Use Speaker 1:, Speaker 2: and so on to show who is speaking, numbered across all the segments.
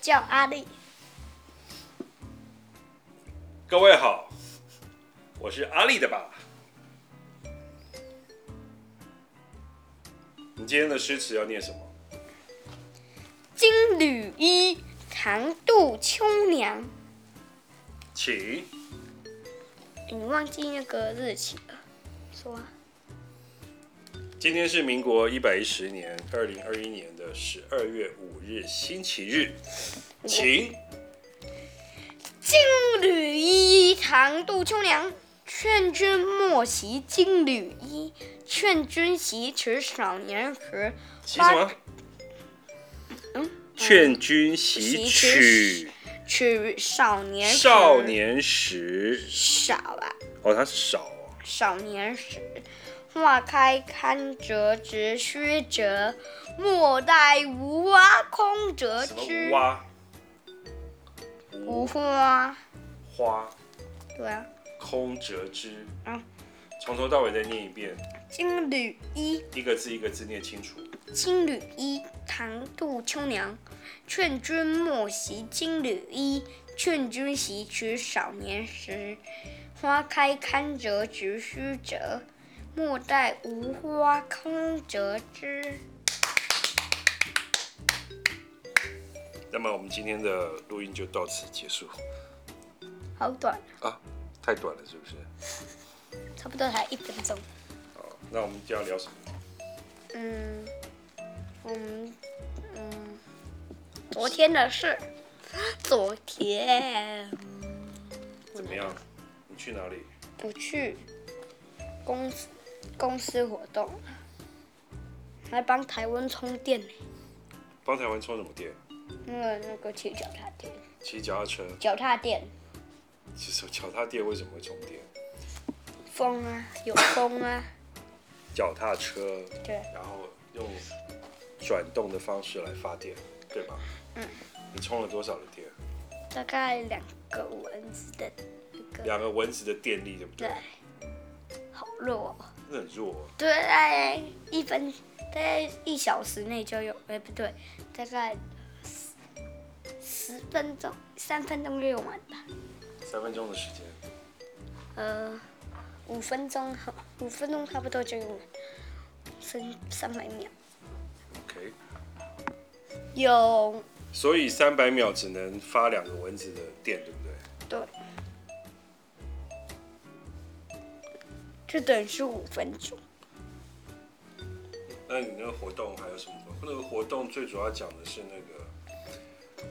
Speaker 1: 叫阿力，
Speaker 2: 各位好，我是阿力的爸爸。你今天的诗词要念什么？
Speaker 1: 金缕衣，长度秋娘。
Speaker 2: 请。
Speaker 1: 你忘记那个日期了？说啊，
Speaker 2: 今天是民国一百一十年二零二一年的十二月五日，星期日。请。
Speaker 1: 金缕衣，长度秋娘。劝君莫惜金缕衣，劝君惜迟少年时。
Speaker 2: 起什么？
Speaker 1: 嗯，
Speaker 2: 劝君惜取
Speaker 1: 取少年时
Speaker 2: 少年时。
Speaker 1: 少啊，
Speaker 2: 哦，它是少哦。
Speaker 1: 少年时。花开堪折直须折，莫待无花空折
Speaker 2: 什
Speaker 1: 枝
Speaker 2: 么。蛙？
Speaker 1: 无花，
Speaker 2: 花
Speaker 1: 对啊。
Speaker 2: 空折枝。
Speaker 1: 嗯
Speaker 2: 从头到尾再念一遍，
Speaker 1: 金缕衣，
Speaker 2: 一个字一个字念清楚。
Speaker 1: 金缕衣，唐杜秋娘。劝君莫惜金缕衣，劝君惜取少年时。花开堪折直须折，莫待无花空折枝。
Speaker 2: 那么我们今天的录音就到此结束
Speaker 1: 好短，
Speaker 2: 啊，太短了是不是？
Speaker 1: 差不多才一分钟。
Speaker 2: 好，那我们就要聊什么？
Speaker 1: 嗯，我们嗯，昨天的事， 昨天
Speaker 2: 怎么样？你去哪里？
Speaker 1: 不去公司公司活动，还帮台湾充电呢，
Speaker 2: 帮台湾充什么电？
Speaker 1: 那个那个骑脚踏垫，
Speaker 2: 骑脚踏车。
Speaker 1: 脚踏垫
Speaker 2: 其实脚踏垫为什么会充电？
Speaker 1: 风啊，有风啊，
Speaker 2: 脚踏车，
Speaker 1: 对，
Speaker 2: 然后用转动的方式来发电，对吧？
Speaker 1: 嗯。
Speaker 2: 你充了多少的电？
Speaker 1: 大概两个蚊子的那个，
Speaker 2: 两个蚊子的电力，对不对
Speaker 1: 对？，好弱、哦，
Speaker 2: 那很弱哦、
Speaker 1: 对，大概一分大概一小时内就有，哎不对，大概十十分钟三分钟就用完吧。
Speaker 2: 三分钟的时间，
Speaker 1: 呃，五分钟好，五分钟差不多就用完，三三百秒。
Speaker 2: OK。
Speaker 1: 有，
Speaker 2: 所以三百秒只能发两个蚊子的电，对不对？
Speaker 1: 对，就等于是五分钟。
Speaker 2: 那你那个活动还有什么？那个活动最主要讲的是那个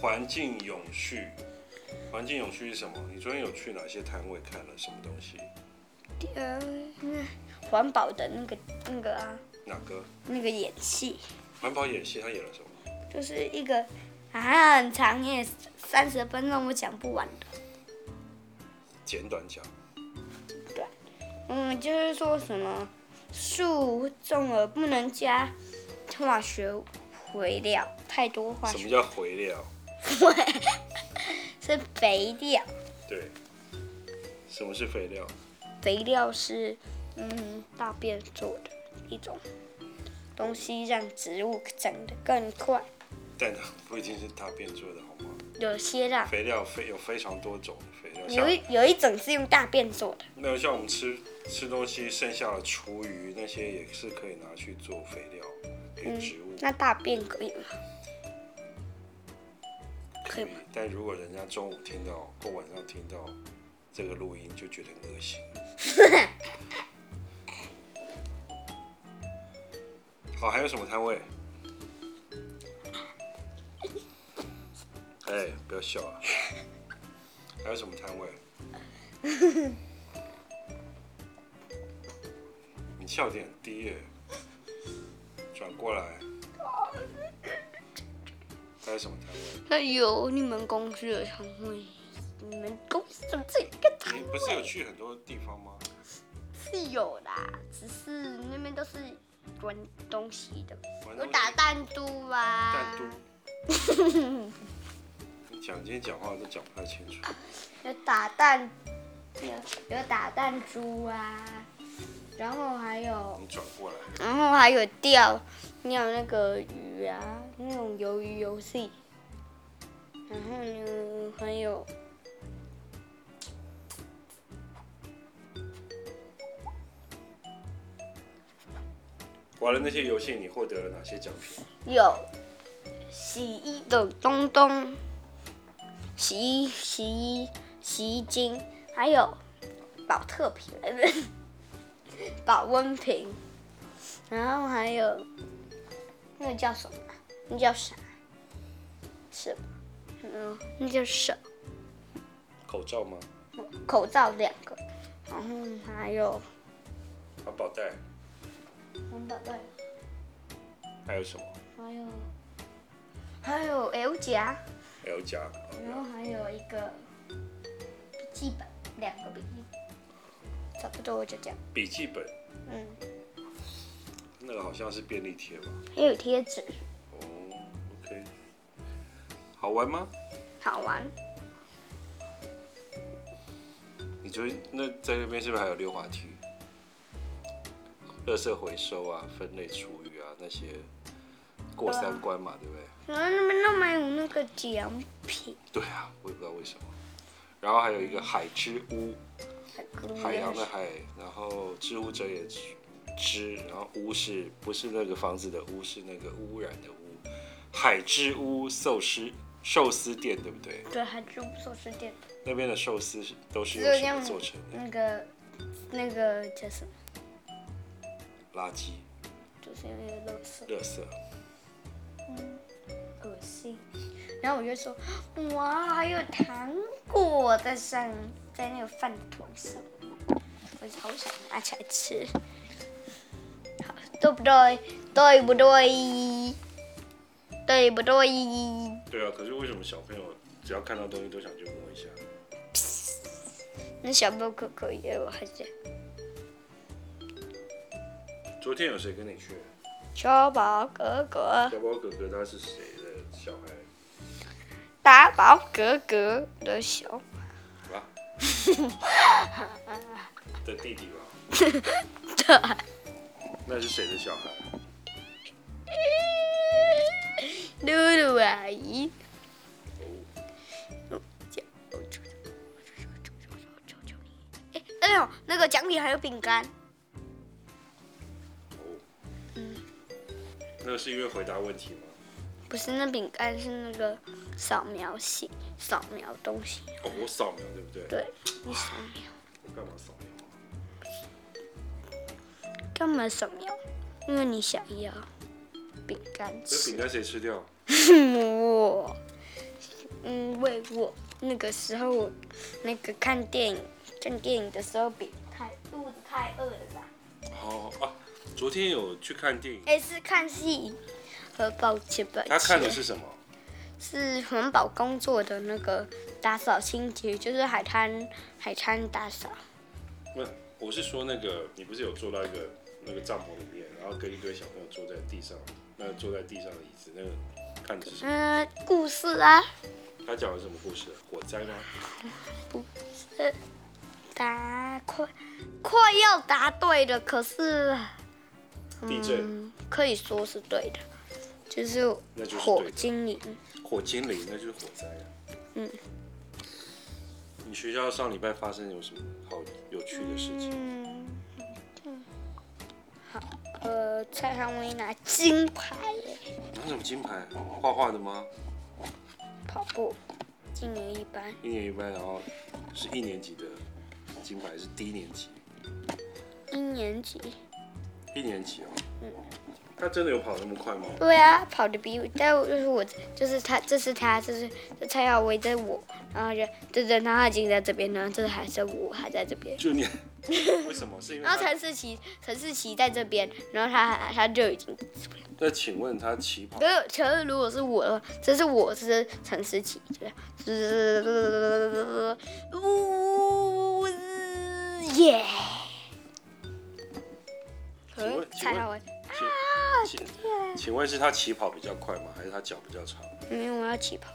Speaker 2: 环境永续。环境永续是什么？你昨天有去哪些摊位看了什么东西？
Speaker 1: 第二，嗯环保的那个那个啊，
Speaker 2: 哪个？
Speaker 1: 那个演戏，
Speaker 2: 环保演戏他演了什么？
Speaker 1: 就是一个啊很长，也三十分钟我讲不完的。
Speaker 2: 简短讲。
Speaker 1: 对，嗯，就是说什么树种了不能加化学肥料，太多化
Speaker 2: 什
Speaker 1: 学
Speaker 2: 么叫回料？
Speaker 1: 是肥料，
Speaker 2: 对。什么是肥料？
Speaker 1: 肥料是嗯大便做的一种东西，让植物长得更快。
Speaker 2: 但它不一定是大便做的，好吗？
Speaker 1: 有些啦，
Speaker 2: 肥料非有非常多种的肥料，
Speaker 1: 有
Speaker 2: 像
Speaker 1: 一有一种是用大便做的，
Speaker 2: 那像我们吃吃东西剩下的厨余那些也是可以拿去做肥料
Speaker 1: 嗯
Speaker 2: 给植物。
Speaker 1: 那大便可以吗？
Speaker 2: 可
Speaker 1: 可
Speaker 2: 以
Speaker 1: 以吗？，
Speaker 2: 但如果人家中午听到或晚上听到这个录音，就觉得很 恶心。好，还有什么摊 位？哎，不要笑啊！还有什么摊位？ 你笑点很低耶，转 过来。还有什么摊位？
Speaker 1: 那有你们公司的常会，你们公司怎么这个摊
Speaker 2: 你不是有
Speaker 1: 位
Speaker 2: 去很多地方吗？
Speaker 1: 是有啦，只是那边都是玩东西的，
Speaker 2: 玩
Speaker 1: 有
Speaker 2: 东西
Speaker 1: 打弹珠啊，
Speaker 2: 蛋都。你讲今天讲话都讲不太清楚。
Speaker 1: 有打弹，有有打弹珠啊，然后还有，
Speaker 2: 你转过来，
Speaker 1: 然后还有钓钓那个鱼啊，那种鱿鱼游戏，然后呢，还有
Speaker 2: 玩了那些游戏，你获得了哪些奖品？
Speaker 1: 有洗衣的东东，洗衣洗衣洗衣精，还有保特瓶、保温瓶，然后还有那个叫什么？那叫啥？是，嗯，那叫什
Speaker 2: 口罩吗？
Speaker 1: 么？口罩两个，然后还有
Speaker 2: 环保袋，
Speaker 1: 红宝贝。
Speaker 2: 还有什么
Speaker 1: 还有还有 L 夹，
Speaker 2: ？L 加，
Speaker 1: 然后还有一个笔记本，两个笔记本，差不多就这样。
Speaker 2: 笔记本，
Speaker 1: 嗯，
Speaker 2: 那个好像是便利贴吧？
Speaker 1: 还有贴纸，
Speaker 2: 哦，OK，好玩吗？
Speaker 1: 好玩。
Speaker 2: 你觉得那在那边是不是还有溜滑梯、垃圾回收啊、分类厨余啊那些过三关嘛，对不对？
Speaker 1: 然后那边都没有那个奖品，
Speaker 2: 对啊，我也不知道为什么。然后还有一个海之屋，海洋的海，然后知乎者也知知，然后屋是不是那个房子的屋，是那个污染的污，海之屋寿司寿司店对不对？
Speaker 1: 对，还住寿司店，
Speaker 2: 那边的寿司是都是
Speaker 1: 只有
Speaker 2: 用
Speaker 1: 这
Speaker 2: 什
Speaker 1: 样
Speaker 2: 么做成的？
Speaker 1: 那个那个叫什么？
Speaker 2: 垃圾、
Speaker 1: 就是因为垃圾，
Speaker 2: 垃圾。
Speaker 1: 恶心。然后我就说，哇，还有糖果在上，在那个饭团上，我好想拿起来吃。好，对不对？对不对？对不对？
Speaker 2: 对啊，可是为什么小朋友只要看到东西都想去摸一下？
Speaker 1: 那小朋友可可以，我还是
Speaker 2: 昨天有谁跟你去？
Speaker 1: 小宝哥哥，
Speaker 2: 小宝哥哥他是谁的小孩？
Speaker 1: 大宝哥哥的小
Speaker 2: 啊？的弟弟吧？
Speaker 1: 的，
Speaker 2: 那是谁的小孩？
Speaker 1: 露露阿姨。
Speaker 2: 哦，
Speaker 1: 哎，哎呦，那个奖品还有饼干。
Speaker 2: 哦
Speaker 1: 嗯
Speaker 2: 那是因为回答问题吗？
Speaker 1: 不是那饼干，是那个扫描系扫描东西。
Speaker 2: 哦，我扫描对不对？
Speaker 1: 对，你扫描
Speaker 2: 我干嘛扫描？
Speaker 1: 干嘛扫描？因为你想要饼干
Speaker 2: 这
Speaker 1: 吃
Speaker 2: 饼。干谁吃掉？
Speaker 1: 我，因为我那个时候我那个看电影看电影的时候饼太肚子太饿了吧？
Speaker 2: 哦啊，昨天有去看电影，
Speaker 1: 哎，是看戏。呃，抱歉，抱歉。
Speaker 2: 他看的是什么？
Speaker 1: 是环保工作的那个打扫清洁，就是海滩海滩打扫。
Speaker 2: 那我是说那个，你不是有坐到一个那个帐篷里面，然后跟一堆小朋友坐在地上，那坐在地上的椅子，那个看的是什么？
Speaker 1: 嗯，故事啊，
Speaker 2: 他讲的是什么故事？火灾吗？
Speaker 1: 呃，答快快要答对了，可是
Speaker 2: 地震？
Speaker 1: 嗯，可以说是对的，就是
Speaker 2: 那就是对
Speaker 1: 火
Speaker 2: 的
Speaker 1: 精灵。
Speaker 2: 火精灵？那就是火灾啊。
Speaker 1: 嗯。
Speaker 2: 你学校上礼拜发生有什么好有趣的事情？
Speaker 1: 嗯，好，呃，蔡康威拿金牌耶，
Speaker 2: 拿什么金牌？画画的吗？
Speaker 1: 跑步，今年一班，
Speaker 2: 一年一班，然后是一年级的金牌，是低年级，
Speaker 1: 一年级。
Speaker 2: 一年级哦。
Speaker 1: 嗯
Speaker 2: 他真的有跑那么快吗？
Speaker 1: 对啊，跑得比我，但我就是我，就是他，这是他，这是这蔡耀威，这是我，然后就这这，然后他已经在这边，然后这还是我还在这边，
Speaker 2: 就你，为什么？是因为
Speaker 1: 然
Speaker 2: 他
Speaker 1: 后陈思琪，陈思琪在这边，然后他他就已经，
Speaker 2: 那请问他起跑
Speaker 1: 可是可是如果是我的话，这是我，这是陈思琪，就是，呜耶，可是
Speaker 2: 请问请
Speaker 1: 蔡
Speaker 2: 问
Speaker 1: 耀威，
Speaker 2: 请请问是他起跑比较快吗？还是他脚比较长？
Speaker 1: 因为我要起跑，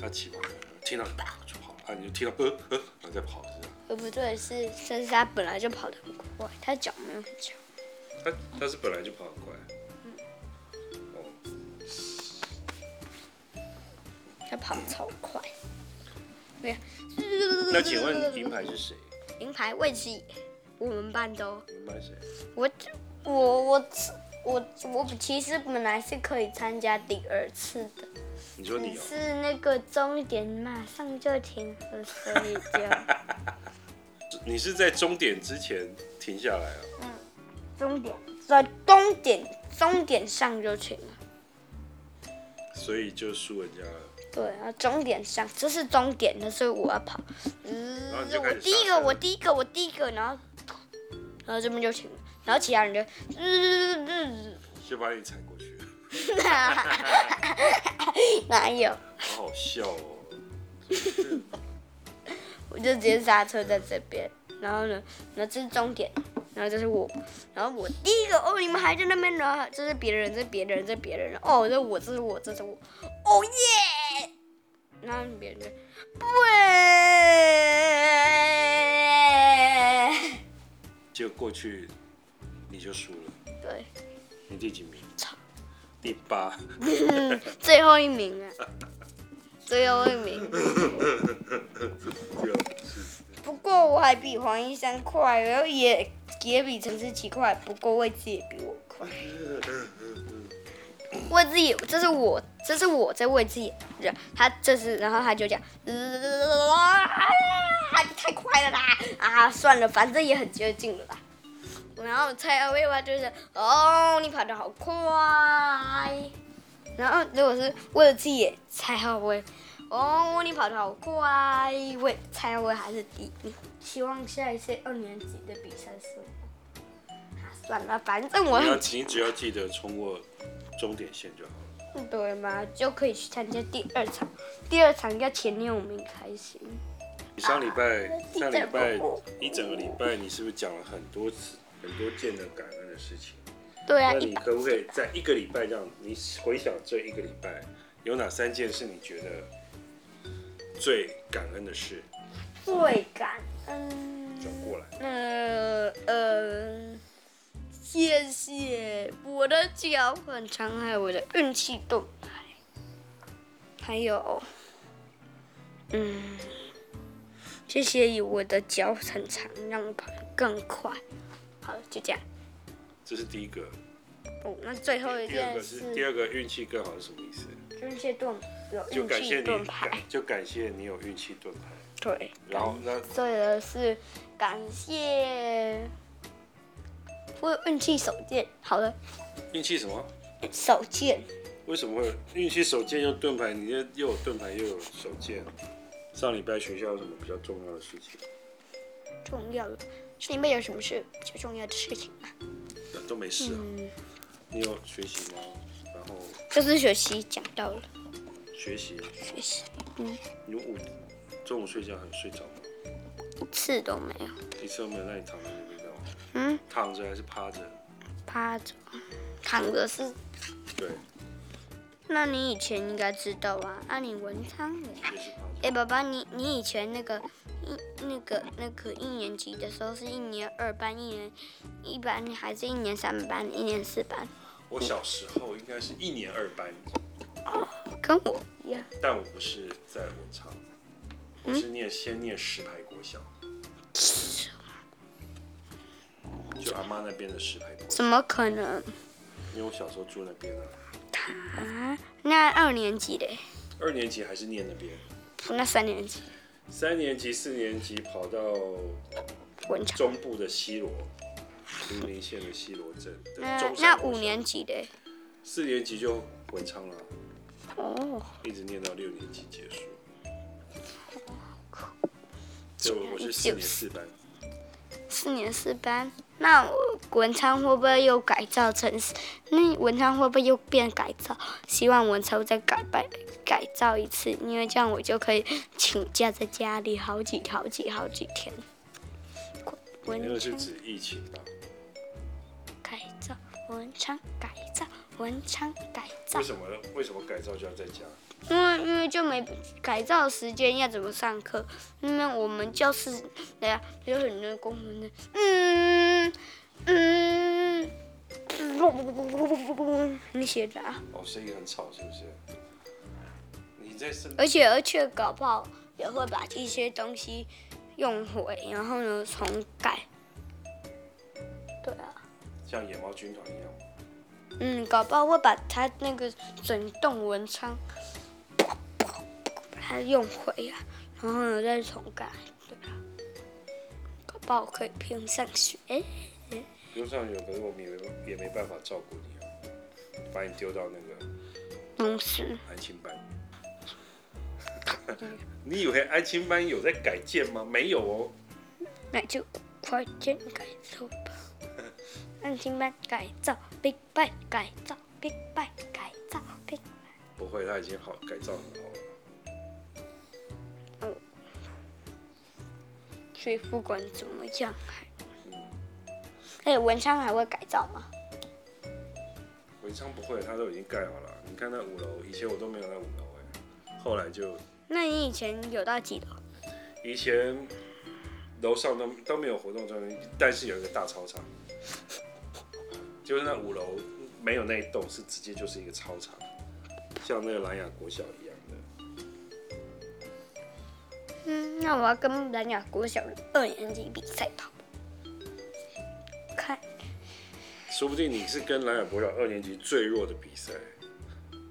Speaker 2: 他起跑听到啪就跑了，啊，你就听到呃呃，然后再跑是这样。
Speaker 1: 呃不对，是但是他本来就跑得很快，他脚没有很长。
Speaker 2: 他他是本来就跑很快。哦，
Speaker 1: 它跑超快。对呀，
Speaker 2: 那请问银牌是谁？
Speaker 1: 银牌位置，我们班都
Speaker 2: 银牌谁？
Speaker 1: 我我我我我其实本来是可以参加第二次的，
Speaker 2: 你说你
Speaker 1: 只
Speaker 2: 哦，
Speaker 1: 是那个终点马上就停了，所以 就
Speaker 2: 你是在终点之前停下来啊？
Speaker 1: 终点在终点终点上就停了。
Speaker 2: 所以就输人家了。
Speaker 1: 对啊，终点上，这是终点的，所以我要跑。嗯
Speaker 2: 然后你就开
Speaker 1: 我
Speaker 2: 始
Speaker 1: 第一
Speaker 2: 刹
Speaker 1: 个，
Speaker 2: 车
Speaker 1: 我第一个，我第一个，然后，然后这边就停了，然后其他人就，嗯嗯嗯
Speaker 2: 就把你踩过去，
Speaker 1: 嗯，哪有？
Speaker 2: 好好笑哦。
Speaker 1: 我就直接刹车在这边，然后呢，然后这是终点，然后这是我，然后我第一个哦，你们还在那边呢，这是别人，这是别人，这是别人，哦，这是我，这是我，这是我，哦耶！然后别人就，对，
Speaker 2: 就过去，你就输了。
Speaker 1: 对，
Speaker 2: 你第几名？
Speaker 1: 操
Speaker 2: 第八。
Speaker 1: 嗯，最后一名啊，最后一名。不过我还比黄一山快，然后也也比陈思琪快，不过位置也比我快。位置也，这是我，这是我在位置也，然他这是，然后他就讲，啊，太快了啦，啊，算了，反正也很接近了啦。然后蔡阿威吧就是，哦，你跑得好快。然后如果是为了自己也蔡浩威，哦，你跑得好快，喂，蔡浩威还是第一名。希望下一次二年级的比赛是我。啊算了，反正我
Speaker 2: 你要
Speaker 1: 很
Speaker 2: 你只要记得冲过终点线就好了。
Speaker 1: 对嘛，就可以去参加第二场。第二场要前六名才行。
Speaker 2: 你上礼拜、
Speaker 1: 啊记
Speaker 2: 上
Speaker 1: 得
Speaker 2: 礼拜
Speaker 1: 不
Speaker 2: 一整个礼拜，你是不是讲了很多次很多件的感恩的事情？
Speaker 1: 对啊，
Speaker 2: 那
Speaker 1: 一
Speaker 2: 你
Speaker 1: 百
Speaker 2: 可不可以在一个礼拜这样，你回想这一个礼拜有哪三件是你觉得最感恩的事？
Speaker 1: 最感恩。
Speaker 2: 转过来，
Speaker 1: 呃嗯呃，谢谢我的脚很长，还有我的运气盾牌，还有，嗯，谢谢以我的脚很长，让我跑得更快。好了，就这样。
Speaker 2: 这是第一个。
Speaker 1: 哦，那最后一
Speaker 2: 第二
Speaker 1: 件
Speaker 2: 个是第
Speaker 1: 是
Speaker 2: 二个运气更好是什么意思？
Speaker 1: 运气盾，有
Speaker 2: 就
Speaker 1: 运
Speaker 2: 感谢
Speaker 1: 气
Speaker 2: 你
Speaker 1: 盾牌，嗯
Speaker 2: 就感谢你有运气盾牌。
Speaker 1: 对。
Speaker 2: 然后那
Speaker 1: 所以呢是感谢我有运气手剑。好了，
Speaker 2: 运气什么？
Speaker 1: 手剑。
Speaker 2: 为什么会有运气手剑又盾牌？你这又有盾牌又有手剑。上礼拜学校有什么比较重要的事情？
Speaker 1: 重要了。是因为有什么是比较重要的事情吗？
Speaker 2: 都没事啊。
Speaker 1: 嗯
Speaker 2: 你有学习吗？然后
Speaker 1: 就是学习讲到了
Speaker 2: 学习，
Speaker 1: 学习，
Speaker 2: 你午中午睡觉很睡着吗？
Speaker 1: 一次都没有。
Speaker 2: 一次都没有让你躺在那边干嘛？
Speaker 1: 嗯，
Speaker 2: 躺着还是趴着？
Speaker 1: 趴着，躺着是。
Speaker 2: 对，
Speaker 1: 那你以前应该知道啊，那、你文昌人。
Speaker 2: 也是趴着。
Speaker 1: 哎，爸爸，你你以前那个一那个那个一年级的时候是一年二班，一年一班，还是一年三班，一年四班？
Speaker 2: 我小时候应该是一年二班，
Speaker 1: 跟我一样。
Speaker 2: 但我不是在文昌，我
Speaker 1: 嗯
Speaker 2: 是念先念石牌国小，就阿妈那边的石牌国小，
Speaker 1: 怎么可能
Speaker 2: 因为我小时候住那边啊。
Speaker 1: 啊？那二年级嘞？
Speaker 2: 二年级还是念那边，
Speaker 1: 那三年级
Speaker 2: 三年级、四年级跑到
Speaker 1: 文昌。
Speaker 2: 中部的西罗，云林县的西罗镇的
Speaker 1: 嗯那
Speaker 2: 中山
Speaker 1: 那
Speaker 2: 国
Speaker 1: 五
Speaker 2: 小
Speaker 1: 年级嘞？
Speaker 2: 四年级就文昌了，
Speaker 1: 哦，
Speaker 2: 一直念到六年级结束。就我是四
Speaker 1: 竟然
Speaker 2: 年四班，
Speaker 1: 四年四班，那我文昌会不会又改造成？那文昌会不会又变改造？希望文昌再改改改造一次，因为这样我就可以请假在家里好几好几好几天。
Speaker 2: 你那
Speaker 1: 文
Speaker 2: 个是
Speaker 1: 昌
Speaker 2: 指疫情吧？
Speaker 1: 改造，文昌改造，文昌改造
Speaker 2: 为。什么为什么改造就要在家？
Speaker 1: 因为因为就没改造时间要怎么上课？那我们教室对呀、有很多公文的，嗯嗯，你写的啊？啊
Speaker 2: 哦，声音很吵是不是？你这在身
Speaker 1: 而且而且搞不好也会把一些东西用毁，然后呢重盖。对啊，
Speaker 2: 像野猫军团一样，
Speaker 1: 嗯，搞不好会把它那个整栋文昌，把它用毁啊，然后呢再重盖。对啊，搞不好可以不用上学。
Speaker 2: 路上有，可是我们也没也没办法照顾你啊，把你丢到那个
Speaker 1: 公司
Speaker 2: 安亲班。 你以为安亲班有在改建吗？没有哦，
Speaker 1: 那就快点改造 吧。安心班改造，Big Bang 改造，Big Bang 改造，Big。
Speaker 2: 不会，它已经好改造很好了。
Speaker 1: 所以不管怎么样，还
Speaker 2: 嗯，
Speaker 1: 哎，文昌还会改造吗？
Speaker 2: 文昌不会，它都已经盖好了。你看那五楼，以前我都没有那五楼哎，后来就
Speaker 1: 那你以前有到几楼？
Speaker 2: 以前楼上都都没有活动中心，但是有一个大操场，就是那五楼没有那一栋，是直接就是一个操场，像那个蓝雅国小一样的。
Speaker 1: 嗯，那我要跟蓝雅国小二年级比赛吧。看，
Speaker 2: 说不定你是跟蓝雅国小二年级最弱的比赛，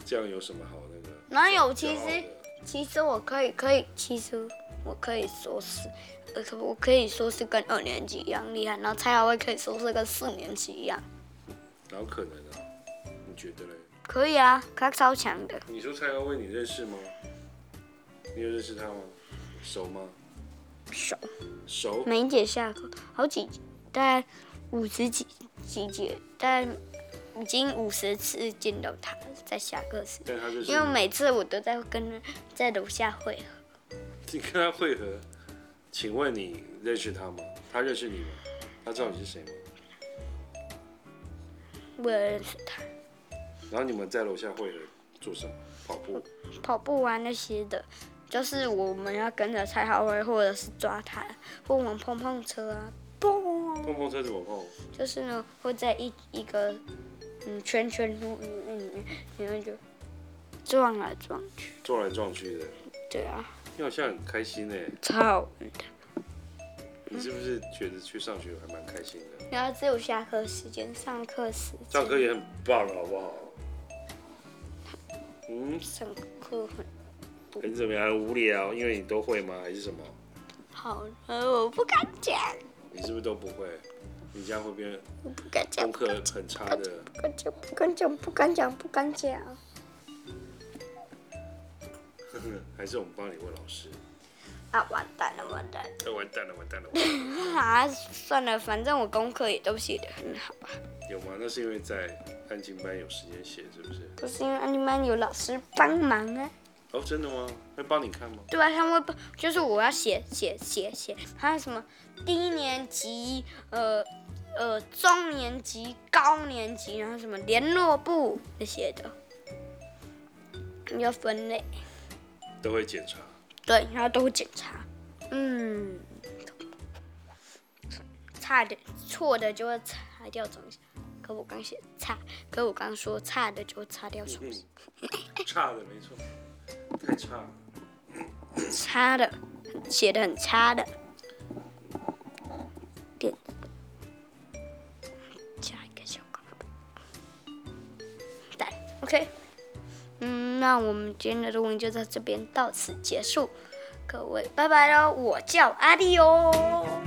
Speaker 2: 这样有什么好那个？
Speaker 1: 哪有
Speaker 2: 骄傲
Speaker 1: 哦其
Speaker 2: 的
Speaker 1: 实其实我可以，可以，其实我可以说是，呃，可我可以说是跟二年级一样厉害，然后蔡雅慧可以说是跟四年级一样。
Speaker 2: 哪有可能啊？你觉得嘞？
Speaker 1: 可以啊，他超强的。
Speaker 2: 你说蔡耀威，你认识吗？你有认识他吗？熟吗？
Speaker 1: 手
Speaker 2: 熟。
Speaker 1: 梅姐下课好几，大概五十几几节，大概已经五十次见到她了在下课时，
Speaker 2: 但他就是
Speaker 1: 因为每次我都在跟她在楼下会合，
Speaker 2: 你跟他会合，请问你认识他吗？他认识你吗？他知道你是谁吗？
Speaker 1: 我也认识她，
Speaker 2: 然后你们在楼下会合做什么？跑步？
Speaker 1: 跑步啊那些的，就是我们要跟着蔡浩威，或者是抓她，或玩碰碰车啊，嘣，
Speaker 2: 碰碰车怎么碰？
Speaker 1: 就是呢会在一一个嗯圈圈路里面，然后就撞来撞去，
Speaker 2: 撞来撞去的。
Speaker 1: 对啊，
Speaker 2: 你好像很开心呢、
Speaker 1: 超好玩的。
Speaker 2: 你是不是觉得去上学还蛮开心的？
Speaker 1: 然后只有下课时间，上课时间
Speaker 2: 上课也很棒了，好不好？嗯，
Speaker 1: 上课很
Speaker 2: 你怎么样？无聊？因为你都会吗？还是什么？
Speaker 1: 好了，我不敢讲，
Speaker 2: 你是不是都不会？你这样会变
Speaker 1: 我不敢讲，
Speaker 2: 功
Speaker 1: 不
Speaker 2: 课很差 的。
Speaker 1: 敢讲，不敢讲，不敢讲，不敢讲。
Speaker 2: 还是我们帮你问老师？
Speaker 1: 啊，完蛋了，完蛋
Speaker 2: 哎，完蛋了，完蛋了！完蛋了
Speaker 1: 了！啊，算了，反正我功课也都写得很好啊，
Speaker 2: 有吗？那是因为在安静班有时间写，是不是？
Speaker 1: 可是因为安利班有老师帮忙啊。
Speaker 2: 哦，真的吗？会帮你看吗？
Speaker 1: 对啊，他们会帮，就是我要写写写写，还有什么低年级，呃呃中年级、高年级，然后什么联络部那些的，要分类，
Speaker 2: 都会检查。
Speaker 1: 对，然后都会检查，嗯，差的错的就会擦掉重写，可我刚写差，可我刚说差的就会擦掉重写，
Speaker 2: 嗯差的没错，太差了。
Speaker 1: 差嗯的写的很差的，点加一个小广告，蛋 OK，嗯，那我们今天的录音就到这边到此结束，各位拜拜喽，我叫阿力哦。